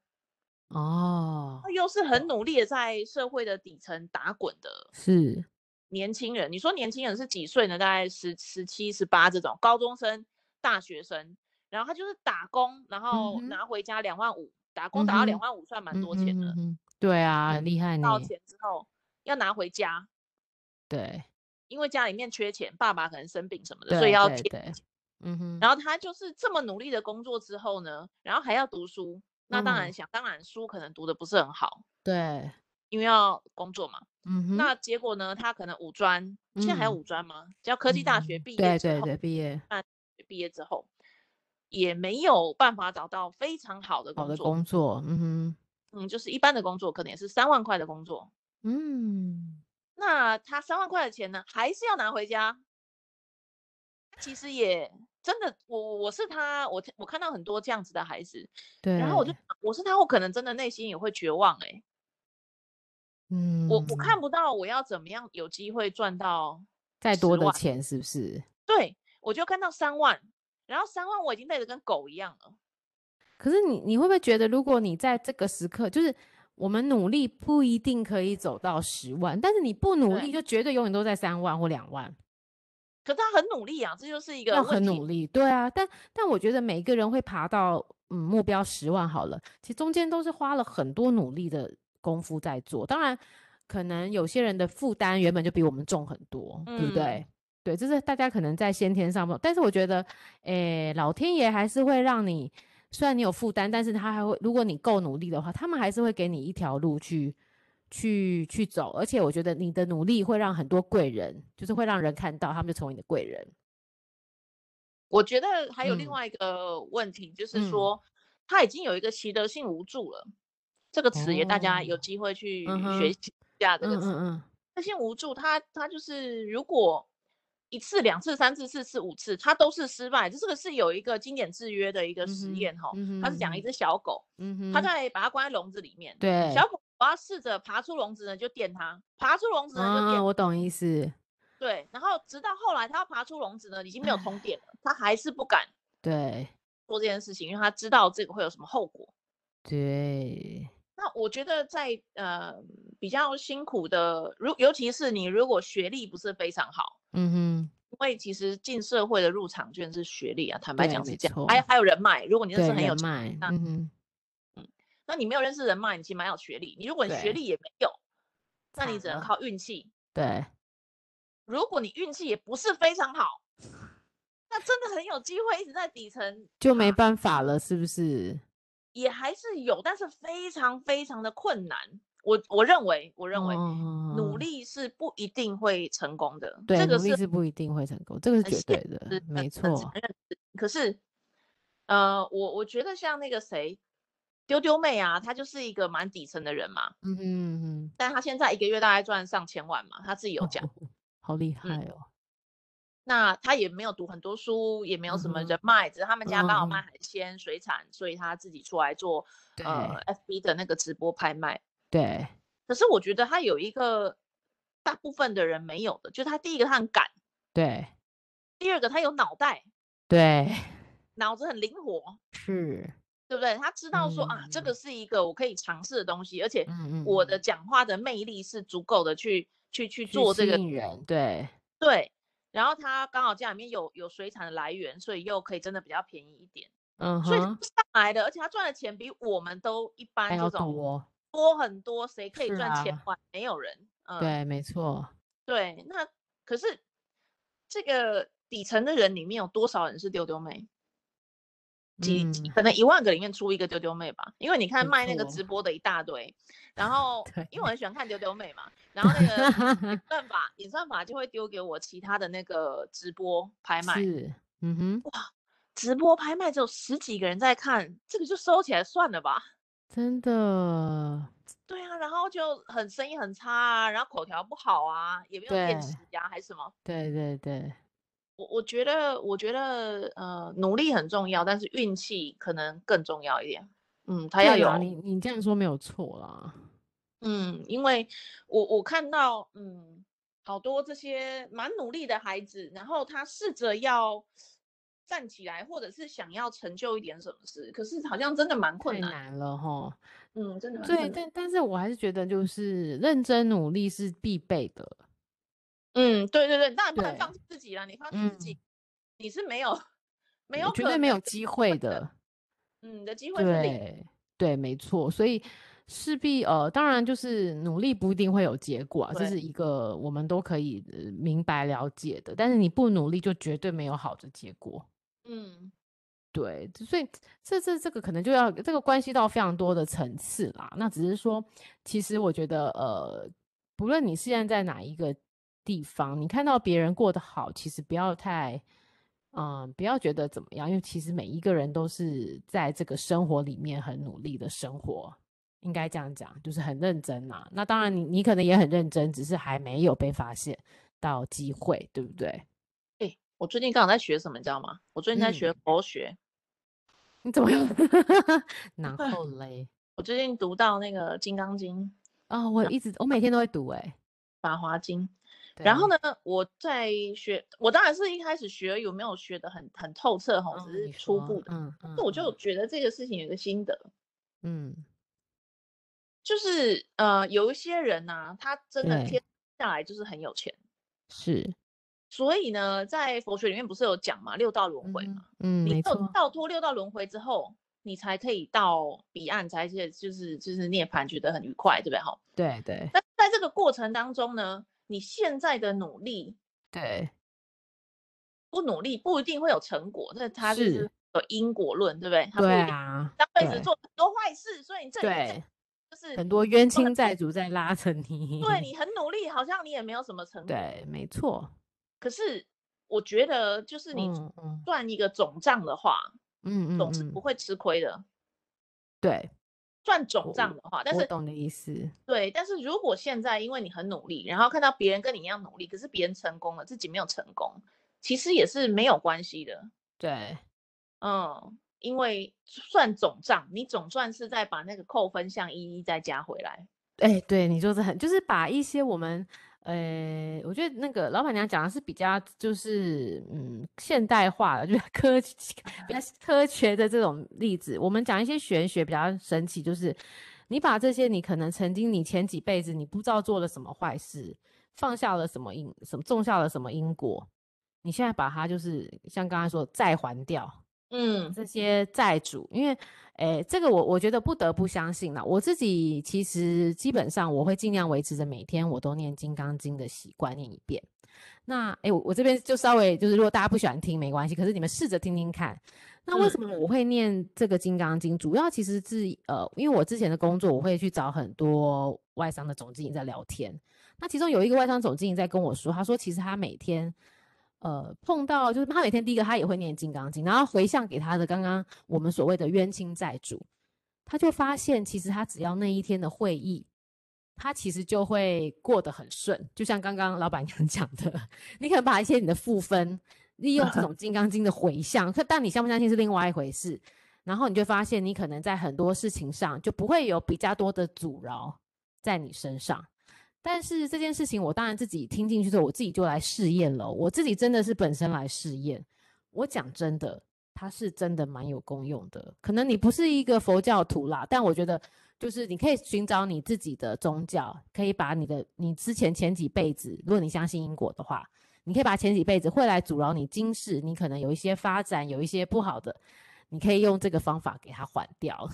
S1: 哦，
S2: 他又是很
S1: 懂，
S2: 努力的在社会的底层打滚的
S1: 是，
S2: 年轻人，你说年轻人是几岁呢？大概十十七、十八这种高中生、大学生。然后他就是打工，然后
S1: 嗯哼
S2: 拿回家两万五，打工打到两
S1: 嗯
S2: 万五算蛮
S1: 嗯
S2: 多
S1: 哼
S2: 钱
S1: 嗯
S2: 的。
S1: 哼对啊，很厉害呢
S2: 到。钱之后要拿回家，
S1: 对，
S2: 因为家里面缺钱，爸爸可能生病什么的，所
S1: 对
S2: 以要
S1: 对
S2: 借
S1: 对嗯哼，
S2: 然后他就是这么努力的工作之后呢，然后还要读书。那当然
S1: 嗯
S2: 想，当然书可能读的不是很好，
S1: 对，
S2: 因为要工作嘛。
S1: 嗯哼，
S2: 那结果呢，他可能五专，现在还有
S1: 嗯
S2: 五专吗？只要科技大学
S1: 嗯
S2: 毕业
S1: 对
S2: 之
S1: 对
S2: 后，
S1: 对，毕业
S2: 毕业之后也没有办法找到非常好的
S1: 好
S2: 工
S1: 的
S2: 作，
S1: 工作，嗯哼，
S2: 嗯，就是一般的工作，可能也是三万块的工作。
S1: 嗯，
S2: 那他三万块的钱呢，还是要拿回家。其实也真的，我我是他，我我看到很多这样子的孩子，
S1: 对，
S2: 然后我就我是他，我可能真的内心也会绝望哎、
S1: 嗯，
S2: 我我看不到我要怎么样有机会赚到，
S1: 再多
S2: 10
S1: 的
S2: 万
S1: 钱是不是？
S2: 对我就看到三万，然后三万我已经累得跟狗一样了，
S1: 可是你你会不会觉得，如果你在这个时刻，就是我们努力不一定可以走到十万，但是你不努
S2: 对
S1: 力，就绝对永远都在三万或两万，
S2: 可是他很努力啊，这就是一个
S1: 要
S2: 问
S1: 很
S2: 题
S1: 努力。对啊，但但我觉得每一个人会爬到嗯目标十万好了，其实中间都是花了很多努力的功夫在做。当然，可能有些人的负担原本就比我们重很多，对不对
S2: 嗯？
S1: 对，这是大家可能在先天上不，但是我觉得，诶，老天爷还是会让你，虽然你有负担，但是他还会，如果你够努力的话，他们还是会给你一条路去。去去走，而且我觉得你的努力会让很多贵人，就是会让人看到，他们就成为你的贵人。
S2: 我觉得还有另
S1: 嗯
S2: 外一个问题，就是
S1: 嗯
S2: 说他已经有一个习得性无助了，这个词也大家有
S1: 哦
S2: 机会去
S1: 嗯
S2: 学
S1: 哼
S2: 习一下这
S1: 嗯
S2: 个词。
S1: 嗯
S2: 那性无助，他他就是如果一次、两次、三次、四次、五次，他都是失败。这这个是有一个经典制约的一个
S1: 嗯
S2: 实
S1: 哼
S2: 验哈，
S1: 嗯
S2: 他
S1: 哼
S2: 是讲一
S1: 嗯
S2: 只小狗，
S1: 嗯哼，
S2: 他在把它关在笼子里面，
S1: 对，
S2: 小狗我要试着爬出笼子呢，就电它；爬出笼子呢，就电
S1: 啊，我懂意思，
S2: 对，然后直到后来它要爬出笼子呢，已经没有通电了，它还是不敢
S1: 对
S2: 做这件事情，因为它知道这个会有什么后果。
S1: 对，
S2: 那我觉得在呃比较辛苦的，如尤其是你如果学历不是非常好，
S1: 嗯哼，
S2: 因为其实进社会的入场券是学历啊，坦白
S1: 对
S2: 讲
S1: 没
S2: 是这样，还
S1: 错
S2: 还有人脉，如果你认识
S1: 对
S2: 很有
S1: 人
S2: 钱，
S1: 脉，
S2: 那
S1: 嗯哼，
S2: 那你没有认识人脉，你起码有学历，你如果你学
S1: 对
S2: 历也没有，那你
S1: 惨
S2: 只能
S1: 了
S2: 靠运气。
S1: 对，
S2: 如果你运气也不是非常好，那真的很有机会一直在底层
S1: 就没
S2: 爬
S1: 办法了，是不是？
S2: 也还是有，但是非常非常的困难。我我认为，我认为、
S1: 哦
S2: 努力是不一定会成功的，
S1: 对，
S2: 这个
S1: 努力
S2: 是
S1: 是不一定会成功，这个是
S2: 很
S1: 绝
S2: 现
S1: 对
S2: 实
S1: 的，
S2: 很
S1: 没
S2: 很
S1: 错
S2: 残，忍的。可是，呃，我我觉得像那个谁，丢丢妹啊，她就是一个蛮底层的人嘛，
S1: 嗯哼嗯
S2: 但她现在一个月大概赚上千万嘛，她自己有
S1: 哼，
S2: 讲。嗯
S1: 哦，好厉害哦，
S2: 那她也没有读很多书，也没有什么
S1: 嗯哼
S2: 人脉，只是他们家刚好
S1: 嗯嗯
S2: 卖海鲜、水产，所以她自己出来做
S1: 对
S2: 呃 FB 的那个直播拍卖。
S1: 对，
S2: 可是我觉得他有一个大部分的人没有的，就是他第一个他很敢，
S1: 对
S2: 第二个他有脑袋，
S1: 对，
S2: 脑子很灵活，
S1: 是，
S2: 对不对？他知道说、啊，这个
S1: 嗯
S2: 是一个我可以尝试的东西，而且
S1: 嗯嗯，
S2: 我的
S1: 嗯
S2: 讲话的魅力是足够的去去去
S1: 去
S2: 做这
S1: 吸
S2: 个
S1: 引人，对
S2: 对。然后他刚好家里面有有水产的来源，所以又可以真的比较便宜一点，
S1: 嗯
S2: 所以
S1: 哼
S2: 他，上来的，而且他赚的钱比我们都一般
S1: 还要
S2: 这种
S1: 多，
S2: 多很多，谁可以
S1: 是
S2: 赚千
S1: 啊
S2: 万？没有人，嗯，
S1: 对，没错，
S2: 对，那可是这个底层的人里面有多少人是丢丢妹？几
S1: 嗯，
S2: 可能一万个里面出一个丢丢妹吧，因为你看
S1: 没
S2: 卖那个
S1: 错
S2: 直播的一大堆，
S1: [laughs]
S2: 然后
S1: 对
S2: 因为我很喜欢看丢丢妹嘛，然后
S1: [laughs]
S2: 那个演算法演算法就会丢给我其他的那个直播拍卖，
S1: 是，嗯哼，
S2: 直播拍卖只有十几个人在看，这个就收起来算了吧。
S1: 真的，
S2: 对啊，然后就很生意很差啊，然后口条不好啊，也没有辨
S1: 对
S2: 识啊，还是什么。
S1: 对对对，
S2: 我我觉得，我觉得，呃，努力很重要，但是运气可能更重要一点。嗯，他要
S1: 对
S2: 有，
S1: 啦，你你这样说没有错啦，
S2: 嗯，因为我我看到，嗯，好多这些蛮努力的孩子，然后他试着要站起来，或者是想要成就一点什么事，可是好像真的蛮困
S1: 太
S2: 难，
S1: 难了哈。
S2: 嗯，真的蛮
S1: 对，
S2: 困难，
S1: 但但是我还是觉得就是认真努力是必备的，
S2: 嗯，对对对，当然不能
S1: 对
S2: 放弃自己啦，你放弃自己，
S1: 嗯，
S2: 你是没有没有
S1: 绝
S2: 可
S1: 对没
S2: 能
S1: 有机会的。
S2: 嗯，你的机会是零。
S1: 对对，没错，所以势必呃，当然就是努力不一定会有结果、啊，这
S2: 对
S1: 是一个我们都可以、呃明白了解的。但是你不努力，就绝对没有好的结果。
S2: 嗯，
S1: 对，所以这这这个可能就要这个关系到非常多的层次啦。那只是说，其实我觉得呃，不论你现在在哪一个地方，你看到别人过得好，其实不要太。嗯，不要觉得怎么样，因为其实每一个人都是在这个生活里面很努力的生活，应该这样讲，就是很认真啦、那当然你，你可能也很认真，只是还没有被发现到机会，对不对？
S2: 哎、我最近刚好在学什么，你知道吗？我最近在学
S1: 嗯
S2: 佛学，
S1: 你怎么样？ [laughs] 然后嘞，
S2: 我最近读到那个《金刚经》《
S1: 啊、我一直我每天都会读啊哎、
S2: 法华经》，然后
S1: 呢？
S2: 呢，我在学，我当然是一开始学有没有学的很很透彻哈，
S1: 嗯
S2: 只是
S1: 你
S2: 初
S1: 说
S2: 步的。
S1: 嗯嗯，
S2: 那我就觉得这个事情有一个心得，
S1: 嗯
S2: 就是呃，有一些人呐、他真的
S1: 对
S2: 天下来就是很有钱，
S1: 是
S2: 所以呢，在佛学里面不是有讲嘛，六道轮回
S1: 嗯
S2: 嘛，
S1: 哼嗯，
S2: 你
S1: 没
S2: 只有
S1: 错，
S2: 跳脱六道轮回之后，你才可以到彼岸，才是就是就是涅槃，觉得很愉快，对不对？哈。
S1: 对对
S2: 但在这个过程当中呢，你现在的努力
S1: 对，
S2: 不努力不一定会有成果，这它就是是有因果论，对不对？它不
S1: 对
S2: 一定
S1: 啊，
S2: 上辈子
S1: 对
S2: 做很多坏事，所以你这里这
S1: 对，
S2: 就是
S1: 很多冤亲债主在拉扯你，
S2: 对你很努力，好像你也没有什么成果。
S1: 对，没错，
S2: 可是我觉得，就是你
S1: 嗯嗯
S2: 算一个总账的话，
S1: 嗯嗯
S2: 总是
S1: 嗯，
S2: 不会吃亏的。
S1: 对，
S2: 算
S1: 我
S2: 总账的话，但
S1: 我
S2: 是
S1: 懂你的意思，
S2: 对，但是如果现在因为你很努力，然后看到别人跟你一样努力，可是别人成功了，自己没有成功，其实也是没有关系的。
S1: 对
S2: 嗯，因为算总账，你总算是在把那个扣分项一一再加回来。
S1: 哎，对，你说的很，就是把一些我们，呃，我觉得那个老板娘讲的是比较，就是嗯，现代化的， [laughs] 就是科比较科学的这种例子。我们讲一些玄学比较神奇，就是你把这些你可能曾经你前几辈子你不知道做了什么坏事，放下了什么因，什么种下了什么因果，你现在把它就是像刚才说的再还掉。
S2: 嗯
S1: 这些债主，因为，诶，这个我我觉得不得不相信啦。我自己其实基本上我会尽量维持着每天我都念《金刚经》的习惯，念一遍。那，诶，我我这边就稍微就是，如果大家不喜欢听没关系，可是你们试着听听看。那为什么我会念这个《金刚经》？主要其实是呃，因为我之前的工作，我会去找很多外商的总经理在聊天。那其中有一个外商总经理在跟我说，他说其实他每天，呃，碰到就是他每天第一个他也会念《金刚经》，然后回向给他的刚刚我们所谓的冤亲债主，他就发现其实他只要那一天的会议，他其实就会过得很顺。就像刚刚老板娘讲的，你可能把一些你的负分利用这种《金刚经》的回向，可但你相不相信是另外一回事。然后你就发现，你可能在很多事情上就不会有比较多的阻挠在你身上。但是这件事情，我当然自己听进去之后，我自己就来试验了。我自己真的是本身来试验。我讲真的，它是真的蛮有功用的。可能你不是一个佛教徒啦，但我觉得就是你可以寻找你自己的宗教，可以把你的你之前前几辈子，如果你相信因果的话，你可以把前几辈子会来阻挠你今世，你可能有一些发展，有一些不好的，你可以用这个方法给它还掉。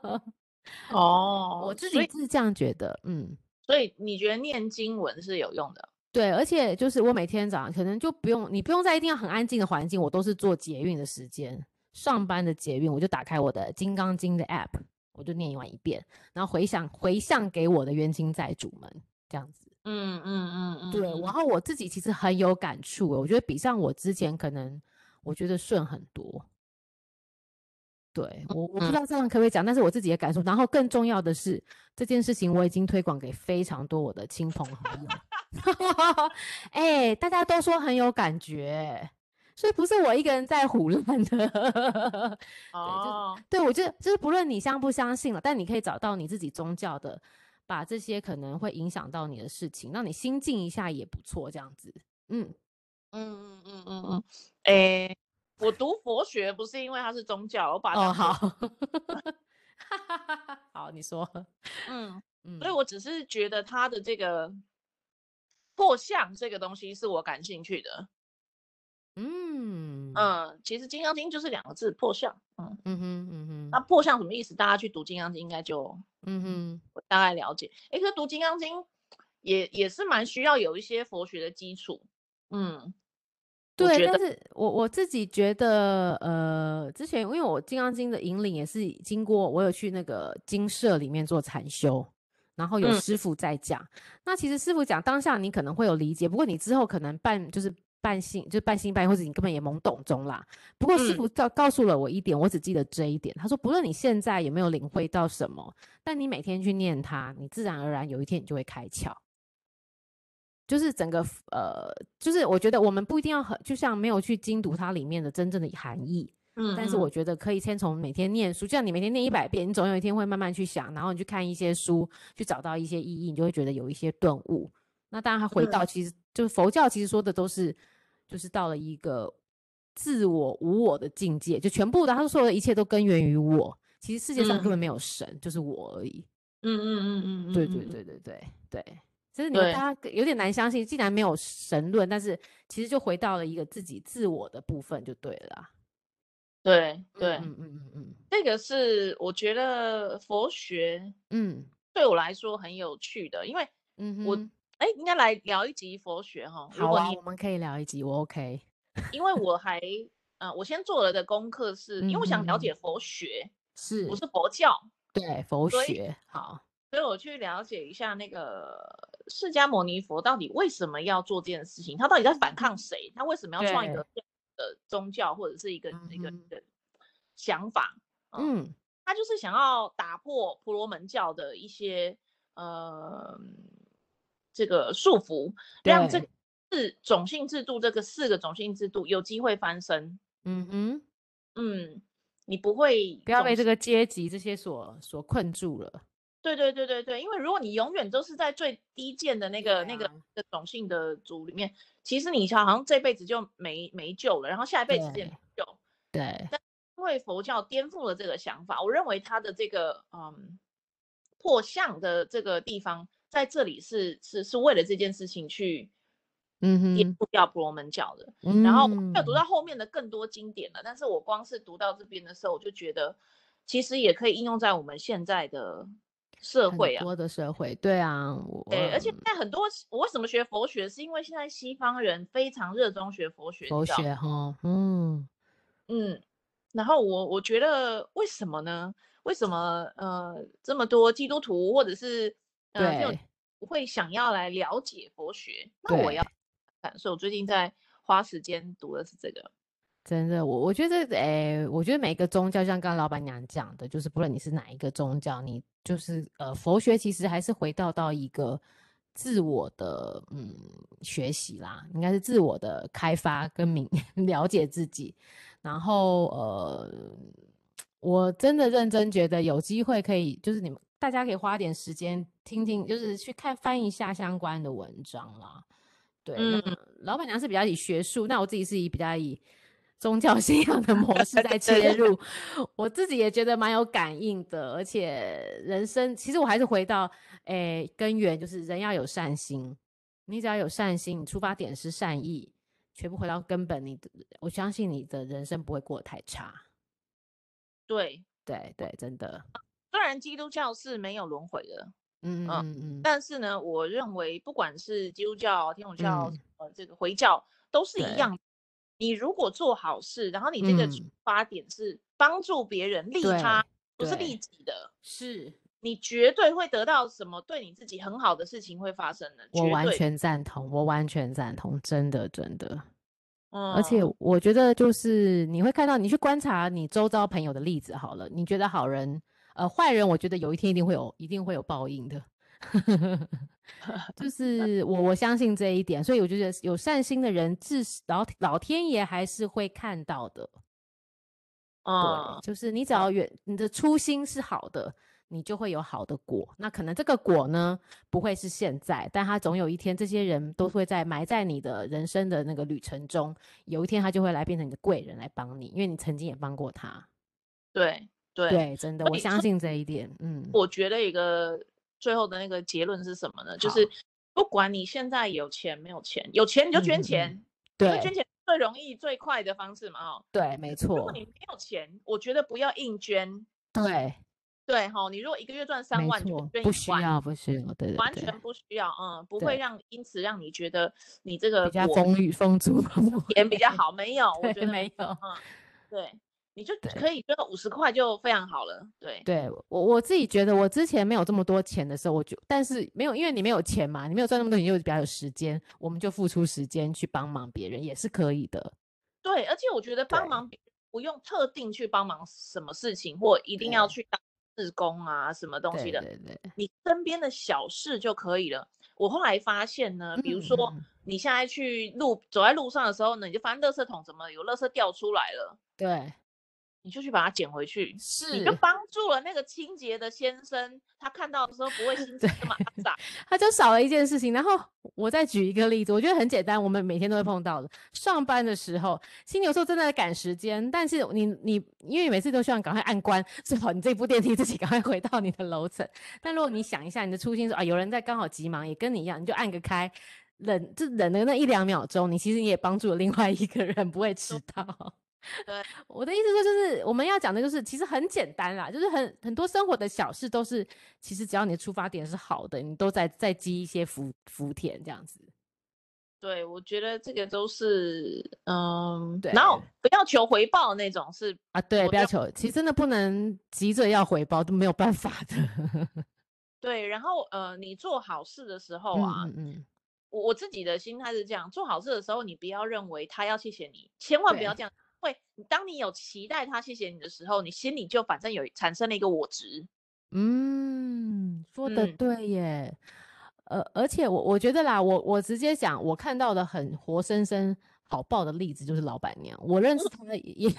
S2: 哦
S1: [laughs] 我自
S2: 所
S1: 己
S2: 以
S1: 是这样觉得，嗯。
S2: 所以你觉得念经文是有用的？
S1: 对，而且就是我每天早上可能就不用，你不用在一定要很安静的环境，我都是做捷运的时间，上班的捷运，我就打开我的《金刚经》的 app，我就念完一遍，然后回想回向给我的冤亲债主们，这样子。
S2: 嗯嗯嗯嗯，
S1: 对，
S2: 嗯
S1: 然后我自己其实很有感触，我觉得比上我之前可能我觉得顺很多。对我，我不知
S2: 嗯
S1: 道这样可不可以讲，但是我自己的感受。然后更重要的是，这件事情我已经推广给非常多我的亲朋好友。 [laughs] 哎、大家都说很有感觉，所以不是我一个人在胡乱的。就是
S2: 哦，
S1: 对我觉得就是不论你相不相信了，但你可以找到你自己宗教的，把这些可能会影响到你的事情，让你心静一下也不错，这样子。嗯，
S2: 嗯嗯嗯嗯嗯，诶、我读佛学不是因为它是宗教，我把它
S1: 哦，
S2: 当作
S1: 好， [laughs] 好，你说，
S2: 嗯，
S1: 嗯，
S2: 所以我只是觉得它的这个破相这个东西是我感兴趣的，
S1: 嗯
S2: 嗯，其实《金刚经》就是两个字，破相。嗯，
S1: 嗯哼嗯
S2: 那
S1: 哼
S2: 破相什么意思？大家去读《金刚经》应该就
S1: 嗯哼
S2: 我大概了解。诶，可是读《金刚经》也也是蛮需要有一些佛学的基础。嗯，
S1: 对，但是我我自己觉得，呃，之前因为我《金刚经》的引领也是经过我有去那个经社里面做禅修，然后有
S2: 嗯
S1: 师傅在讲。那其实师傅讲当下你可能会有理解，不过你之后可能半就是半信就是半信半疑，或者你根本也懵懂中啦。不过师
S2: 嗯
S1: 傅告告诉了我一点，我只记得这一点，他说不论你现在有没有领会到什么，但你每天去念它，你自然而然有一天你就会开窍。就是整个 f- 呃，就是我觉得我们不一定要很，就像没有去精读它里面的真正的含义，
S2: 嗯，
S1: 但是
S2: 嗯
S1: 我觉得可以先从每天念书，就像你每天念一百遍，你总有一天会慢慢去想，然后你去看一些书，去找到一些意义，你就会觉得有一些顿悟。那当然，它回
S2: 嗯
S1: 到其实、就是佛教其实说的都是，就是到了一个自我无我的境界，就全部的他说的一切都根源于我。其实世界上根
S2: 嗯
S1: 本没有神，就是我而已。
S2: 嗯嗯嗯嗯嗯，
S1: 对对
S2: 嗯，
S1: 对对对对，就是你们
S2: 对
S1: 大家有点难相信，既然没有神论，但是其实就回到了一个自己自我的部分就对了啊。
S2: 对对，
S1: 嗯嗯嗯
S2: 这个是我觉得佛学
S1: 嗯
S2: 对我来说很有趣的，因为
S1: 嗯嗯
S2: 我
S1: 哼，
S2: 哎，应该来聊一集佛学哈。如
S1: 好
S2: 果
S1: 啊，
S2: 你
S1: 我们可以聊一集，我 OK。
S2: 因为我还呃，我先做了的功课是，因为我想了
S1: 嗯
S2: 解佛学，
S1: 是
S2: 不是佛教，
S1: 对佛
S2: 所以
S1: 学好，
S2: 所以我去了解一下那个释迦牟尼佛到底为什么要做这件事情，他到底在反抗
S1: 嗯
S2: 谁？他为什么要创一个这样的宗教或者是一个一个
S1: 嗯哼
S2: 一个想法？啊
S1: 嗯
S2: 他就是想要打破婆罗门教的一些呃这个束缚，让这
S1: 对
S2: 个是种姓制度这个四个种姓制度有机会翻身。
S1: 嗯哼，
S2: 嗯，你不会
S1: 不要
S2: 种
S1: 被这
S2: 姓
S1: 个阶级这些所所困住了。
S2: 对对对对对，因为如果你永远都是在最低贱的那个、那个
S1: 啊
S2: 那个种姓的族里面，其实你好像这辈子就没没救了，然后下一辈子也没救。
S1: 对，
S2: 因为佛教颠覆了这个想法，我认为它的这个嗯破相的这个地方在这里是是是为了这件事情去颠
S1: 嗯
S2: 覆掉婆罗门教的。
S1: 哼，
S2: 然后我没有读
S1: 嗯
S2: 到后面的更多经典了，但是我光是读到这边的时候，我就觉得其实也可以应用在我们现在的社
S1: 很
S2: 会啊。
S1: 多的社会，对啊，我
S2: 对，而且
S1: 嗯
S2: 现在很多我为什么学佛学，是因为现在西方人非常热衷学佛学，
S1: 佛
S2: 你知道吗
S1: 学哈，嗯。
S2: 嗯，然后我我觉得为什么呢？为什么呃这么多基督徒或者是呃这种
S1: 对
S2: 会想要来了解佛学？那我要
S1: 对
S2: 看，所以我最近在花时间读的是这个。
S1: 真的，我我觉得，诶、我觉得每个宗教，像刚刚老板娘讲的，就是不论你是哪一个宗教，你就是呃，佛学其实还是回到到一个自我的嗯学习啦，应该是自我的开发跟明 [laughs] 了解自己，然后呃，我真的认真觉得有机会可以，就是你们大家可以花点时间听听，就是去看翻一下相关的文章啦。对，那
S2: 嗯
S1: 老板娘是比较以学术，那我自己是以比较以宗教信仰的模
S2: [laughs]
S1: 式在
S2: 对对
S1: 切入，我自己也觉得蛮有感应的，而且人生其实我还是回到诶、根源，就是人要有善心，你只要有善心，你出发点是善意，全部回到根本，你的我相信你的人生不会过得太差。
S2: 对，
S1: 对对，真的，
S2: 虽然基督教是没有轮回的，
S1: 嗯
S2: 嗯
S1: 嗯嗯
S2: 但是呢，我认为不管是基督教、天主教、
S1: 嗯
S2: 呃，这个回教都是
S1: 对
S2: 一样。你如果做好事，然后你这个出
S1: 嗯
S2: 发点是帮助别人、利
S1: 对
S2: 他，不是
S1: 对
S2: 利己的，
S1: 是
S2: 你绝对会得到什么对你自己很好的事情会发生的，
S1: 我
S2: 绝
S1: 完
S2: 对。
S1: 全赞同，我完全赞同，真的真的。
S2: 嗯，
S1: 而且我觉得就是你会看到，你去观察你周遭朋友的例子好了，你觉得好人呃坏人，我觉得有一天一定会有一定会有报应的， [laughs]
S2: [laughs]
S1: 就是我我相信这一点，所以我就觉得有善心的人，至少老老天爷还是会看到的。对，
S2: 嗯，
S1: 就是你只
S2: 好
S1: 要远你的初心是好的，你就会有好的果。那可能这个果呢，不会是现在，但它总有一天，这些人都会在埋在你的人生的那个旅程中，有一天他就会来变成你的贵人来帮你，因为你曾经也帮过他。
S2: 对对，
S1: 对，真的，
S2: 所
S1: 我
S2: 以
S1: 相
S2: 所以
S1: 信这一点。嗯，
S2: 我觉得一个最后的那个结论是什么呢？就是不管你现在有钱没有钱，有钱你就
S1: 嗯
S2: 捐
S1: 嗯嗯
S2: 钱，因为
S1: 对
S2: 捐钱最容易最快的方式嘛哦。
S1: 对，没
S2: 如果
S1: 错，
S2: 你没有钱，我觉得不要硬捐。
S1: 对，
S2: 对哈、你如果一个月赚三
S1: 没
S2: 万，
S1: 错
S2: 就，捐
S1: 不
S2: 一
S1: 需
S2: 万，
S1: 要，不需要，对对
S2: 完
S1: 对，
S2: 全不需要，嗯，不
S1: 对
S2: 会让因此让你觉得你这个
S1: 比较
S2: 果
S1: 丰裕丰足，
S2: 钱比较好，没有，我
S1: 对 [laughs]
S2: 觉得
S1: 没有
S2: 嗯，对，你就
S1: 对
S2: 可以捐五十块就非常好了，对，
S1: 对我我自己觉得，我之前没有这么多钱的时候，我就但是没有，因为你没有钱嘛，你没有赚那么多，你就比较有时间，我们就付出时间去帮忙别人也是可以的。
S2: 对，而且我觉得帮
S1: 对
S2: 忙别人不用特定去帮忙什么事情，或一定要
S1: 对
S2: 去当志工啊什么东西
S1: 对
S2: 的，
S1: 对对，
S2: 你身边的小事就可以了。我后来发现呢，呃比如说
S1: 嗯
S2: 你现在去路走在路上的时候呢，你就发现垃圾桶怎么有垃圾掉出来了，
S1: 对
S2: 你就去把它捡回去，你
S1: 是
S2: 就，帮助了那个清洁的先生，他看到的时候不会
S1: [laughs]
S2: 心情这么肮脏。
S1: 他就少了一件事情。然后我再举一个例子，我觉得很简单，我们每天都会碰到的。上班的时候，其实有时候真的在赶时间，但是你你因为你每次都希望赶快按关，最好你这部电梯自己赶快回到你的楼层。但如果你想一下，你的初心是啊，有人在刚好急忙，也跟你一样，你就按个开。忍，这忍的那一两秒钟，你其实你也帮助了另外一个人不会迟到。
S2: 对，
S1: 我的意思说，就是我们要讲的，就是其实很简单啦，就是很很多生活的小事都是，其实只要你的出发点是好的，你都在在积一些福福田这样子。
S2: 对，我觉得这个都是，嗯，
S1: 对
S2: 然后不要求回报那种是，
S1: 啊，对，
S2: 我嗯
S1: 不要
S2: 就
S1: 求，其实真的不能急着要回报，都没有办法的。 [laughs]
S2: 对。然后呃，你做好事的时候
S1: 嗯
S2: 啊，
S1: 嗯嗯，
S2: 我我自己的心态是这样：做好事的时候，你不要认为他要谢谢你，千万不要
S1: 对
S2: 这样。会，你当你有期待他谢谢你的时候，你心里就反正有产生了一个我值。
S1: 嗯，说的
S2: 嗯
S1: 对耶。呃，而且我我觉得啦，我我直接讲，我看到的很活生生好报的例子就是老板娘。我认识
S2: 嗯
S1: 她也，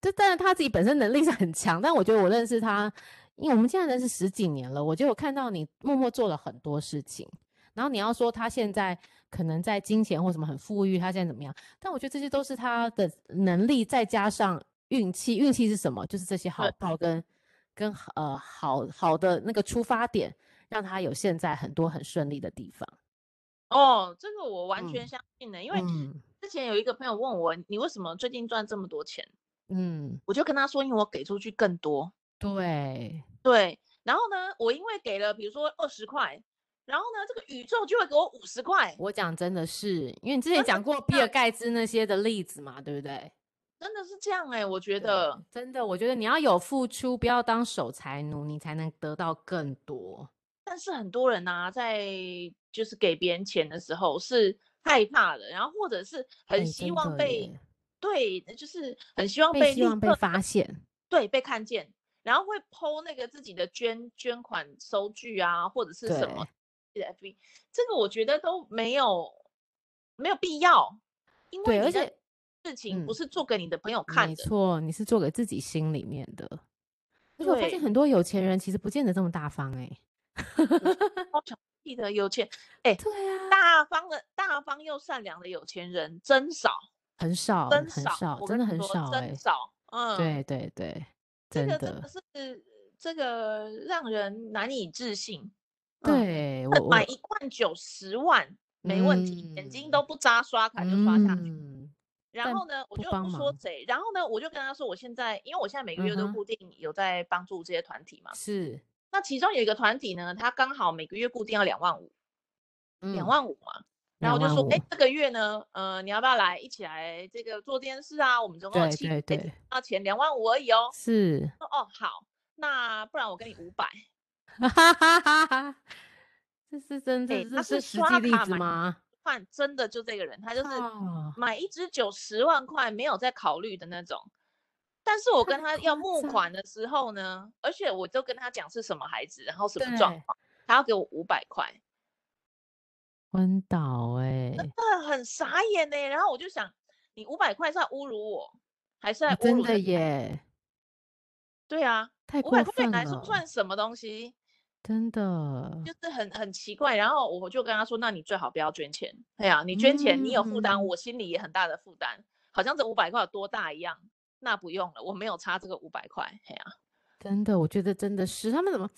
S1: 就当然她自己本身能力是很强，但我觉得我认识她，因为我们现在认识十几年了，我觉得我看到你默默做了很多事情。然后你要说她现在可能在金钱或什么很富裕，她现在怎么样？但我觉得这些都是她的能力，再加上运气。运气是什么？就是这些好
S2: 对
S1: 报跟跟呃好好的那个出发点，让他有现在很多很顺利的地方。
S2: 哦，这个我完全
S1: 嗯
S2: 相信的，因为
S1: 嗯
S2: 之前有一个朋友问我，你为什么最近赚这么多钱？
S1: 嗯，
S2: 我就跟他说，因为我给出去更多。
S1: 对，
S2: 对，然后呢，我因为给了比如说二十块，然后呢，这个宇宙就会给我五十块，
S1: 我讲真的是，因为你之
S2: 真
S1: 前
S2: 的
S1: 讲
S2: 是
S1: 过
S2: 这
S1: 比
S2: 样
S1: 尔盖茨那些的例子嘛，对不对？
S2: 真的是这样哎、我觉
S1: 对
S2: 得，
S1: 真的，我觉得你要有付出，不要当守财奴，你才能得到更多。
S2: 但是很多人呐、在就是给别人钱的时候是害怕的，然后或者是很
S1: 哎
S2: 希
S1: 真
S2: 望
S1: 的
S2: 被
S1: 耶
S2: 对，就是很希望
S1: 被希
S2: 立
S1: 望被
S2: 刻
S1: 发现，
S2: 对被看见，然后会剖那个自己的捐捐款收据啊，或者是什么自己的 FB，这个我觉得都没有没有必要，因为
S1: 对，
S2: 你
S1: 而
S2: 在
S1: 且
S2: 事情
S1: 嗯
S2: 不是做给你的朋友看
S1: 没
S2: 的，
S1: 错，你是做给自己心里面的。而且我发现
S2: 对
S1: 很多有钱人其实不见得这么大方哎、
S2: 超小气的有钱，哎
S1: 对啊，
S2: 大方的大方又善良的有钱人真少，
S1: 很少，
S2: 真
S1: 哦很
S2: 少，
S1: 少，
S2: 我
S1: 真
S2: 跟
S1: 的
S2: 你
S1: 很
S2: 说
S1: 少哎、
S2: 真少，嗯，，
S1: 对对对，
S2: 这
S1: 真
S2: 个真
S1: 的
S2: 的，是这个让人难以置信，嗯，
S1: 对
S2: 那
S1: 我
S2: 买
S1: 我
S2: 一罐酒十万没问题，眼睛都
S1: 嗯
S2: 不眨，刷卡就刷下去。
S1: 嗯
S2: 然
S1: 但
S2: 后呢，我
S1: 不
S2: 就
S1: 帮
S2: 不说
S1: 忙
S2: 谁，然后呢，我就跟他说，我现在因为我现在每个月
S1: 嗯
S2: 都
S1: 哼
S2: 固定有在帮助这些团体嘛，
S1: 是
S2: 那其中有一个团体呢，他刚好每个月固定要两万五，
S1: 嗯
S2: 两万五嘛。然后我就
S1: 2
S2: 说，哎
S1: 5，
S2: 这个月呢，呃，你要不要来一起来这个做这件事啊？我们总共有
S1: 对
S2: 七
S1: 对对，
S2: 要钱两万五而已哦。
S1: 是， [laughs]
S2: 说哦，好，那不然我给你五百。
S1: 哈哈哈哈哈，这是真
S2: 哎
S1: 的，
S2: 他
S1: 这
S2: 是
S1: 实际
S2: 刷
S1: 例
S2: 卡
S1: 子
S2: 买
S1: 吗？啊
S2: 看，真的就这个人，他就是
S1: 靠
S2: 买一支酒十万块，没有在考虑的那种。但是我跟
S1: 太
S2: 他
S1: 夸
S2: 要募
S1: 张
S2: 款的时候呢，而且我就跟他讲是什么孩子，然后什么
S1: 对，
S2: 状况，他要给我五百块，
S1: 昏倒哎、
S2: 那很傻眼呢、然后我就想，你五百块是在侮辱我，还是在
S1: 啊
S2: 侮
S1: 真
S2: 辱
S1: 的
S2: 人？
S1: 耶，
S2: 对啊，
S1: 太过
S2: 五百块对
S1: 分
S2: 你来说
S1: 了，
S2: 算什么东西？
S1: 真的
S2: 就，是很很奇怪。然后我就跟他说，那你最好不要捐钱。哎呀、你捐钱，你有负担，
S1: 嗯
S2: 我心里也很大的负担，好像这五百块有多大一样。那不用了，我没有差这个五百块。哎呀、
S1: 真的，我觉得真的是他们怎么，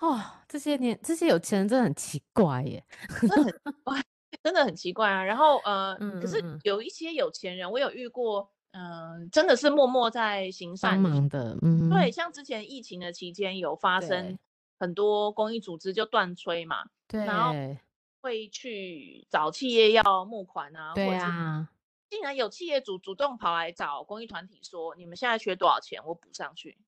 S1: 哦，这些年这些有钱人真的很奇怪耶。
S2: 这很真的很奇怪啊。然后呃，可是
S1: 嗯嗯嗯
S2: 有一些有钱人，我有遇过，嗯、真的是默默在行
S1: 帮
S2: 善。
S1: 忙的，嗯，
S2: 对，，像之前疫情的期间有发
S1: 对
S2: 生很多公益组织就断炊嘛，然后
S1: 对，
S2: 会去找企业要募款啊，
S1: 对
S2: 或者是
S1: 啊，
S2: 竟然有企业主主动跑来找公益团体说，你们现在缺多少钱，我补上去，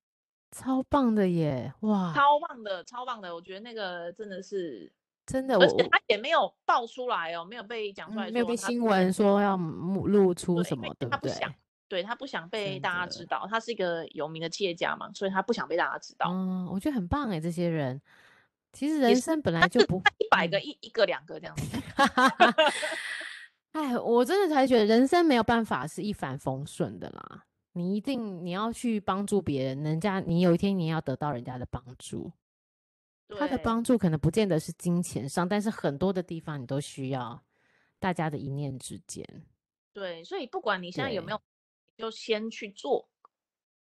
S1: 超棒的耶，哇，
S2: 超棒的，超棒的，我觉得那个真的是，
S1: 真的，我
S2: 而且
S1: 我
S2: 他也没有爆出来哦，没有被讲出
S1: 嗯
S2: 来说、
S1: 没有被新闻说要目露出
S2: 对
S1: 什
S2: 因为
S1: 么，对
S2: 他
S1: 不
S2: 不
S1: 对？
S2: 想，对他不想被
S1: 真
S2: 大家
S1: 的
S2: 知道，他是一个有名的企业家嘛，所以他不想被大家知道。
S1: 嗯，我觉得很棒哎，这些人其实
S2: [laughs] 也
S1: 人
S2: 是
S1: 生本来
S2: 但
S1: 就是不
S2: [laughs] 他一百个
S1: 嗯
S2: 一一个两个这样子，
S1: 哎，我真的才觉得人生没有办法是一帆风顺的啦。你一定你要去帮助别人，人家你有一天你也要得到人家的帮助。他的
S2: 对
S1: 帮助可能不见得是金钱上，但是很多的地方你都需要大家的一念之间。
S2: 对，所以不管你现在有没
S1: 对
S2: 有，就先去做，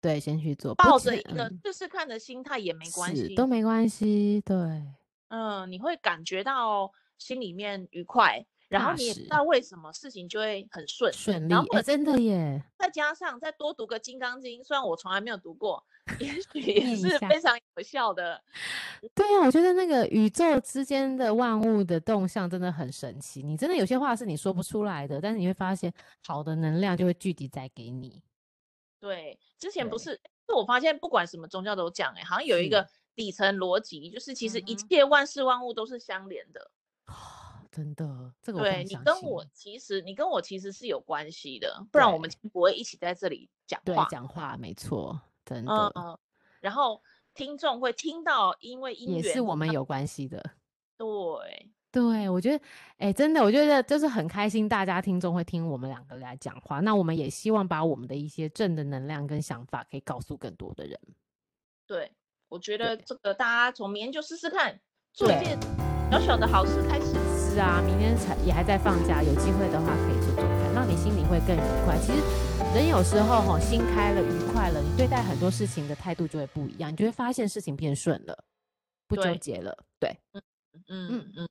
S1: 对，先去做，不
S2: 抱
S1: 见
S2: 着一个
S1: 嗯
S2: 试试看的心态也没关
S1: 是
S2: 系，
S1: 都没关系，对，
S2: 嗯，你会感觉到心里面愉快，然后
S1: 踏
S2: 你也不知
S1: 实
S2: 道为什么事情就会很顺，
S1: 顺利
S2: 然后。
S1: 哎，真的耶，
S2: 再加上再多读个《金刚经》，虽然我从来没有读过，也
S1: [laughs]
S2: 许也
S1: 念一
S2: 是
S1: 下
S2: 非常有效的。嗯
S1: 对啊，我觉得那个宇宙之间的万物的动向真的很神奇。你真的有些话是你说不出来的，但是你会发现好的能量就会聚集在给你。
S2: 对，之前不
S1: 对
S2: 是，就我发现不管什么宗教都讲、欸，好像有一个
S1: 是
S2: 底层逻辑，就是其实一
S1: 嗯哼
S2: 切万事万物都是相连的。
S1: 真的，这个我非
S2: 对
S1: 常
S2: 你
S1: 相
S2: 跟
S1: 信
S2: 我其实你跟我其实是有关系的，不然我们
S1: 对
S2: 今天不会一起在这里讲
S1: 对
S2: 话。
S1: 讲话没错，真
S2: 嗯
S1: 的、
S2: 嗯，然后听众会听到，因啊为音
S1: 也是我们
S2: 有
S1: 有关系的。
S2: 对
S1: 对，我觉得，哎，真的，我觉得就是很开心，大家听众会听我们两个来讲话。那我们也希望把我们的一些正的能量跟想法，可以告诉更多的人。
S2: 对，我觉
S1: 对
S2: 得这个大家从明天就试试看，做一
S1: 对
S2: 件小小的好事开始。
S1: 是啊，明天才也还在放假，有机会的话可以做做看，让你心里会更愉快。其实人有时候哈、心开了、愉快了，你对待很多事情的态度就会不一样，你就会发现事情变顺了，不纠
S2: 对
S1: 结了。对，
S2: 嗯嗯，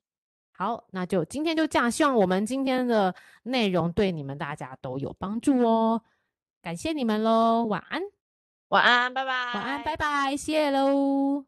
S1: 好，那就今天就这样，希望我们今天的内容对你们大家都有帮助哦。感谢你们喽，晚安，
S2: 晚安，拜拜，
S1: 晚安，拜拜，谢喽。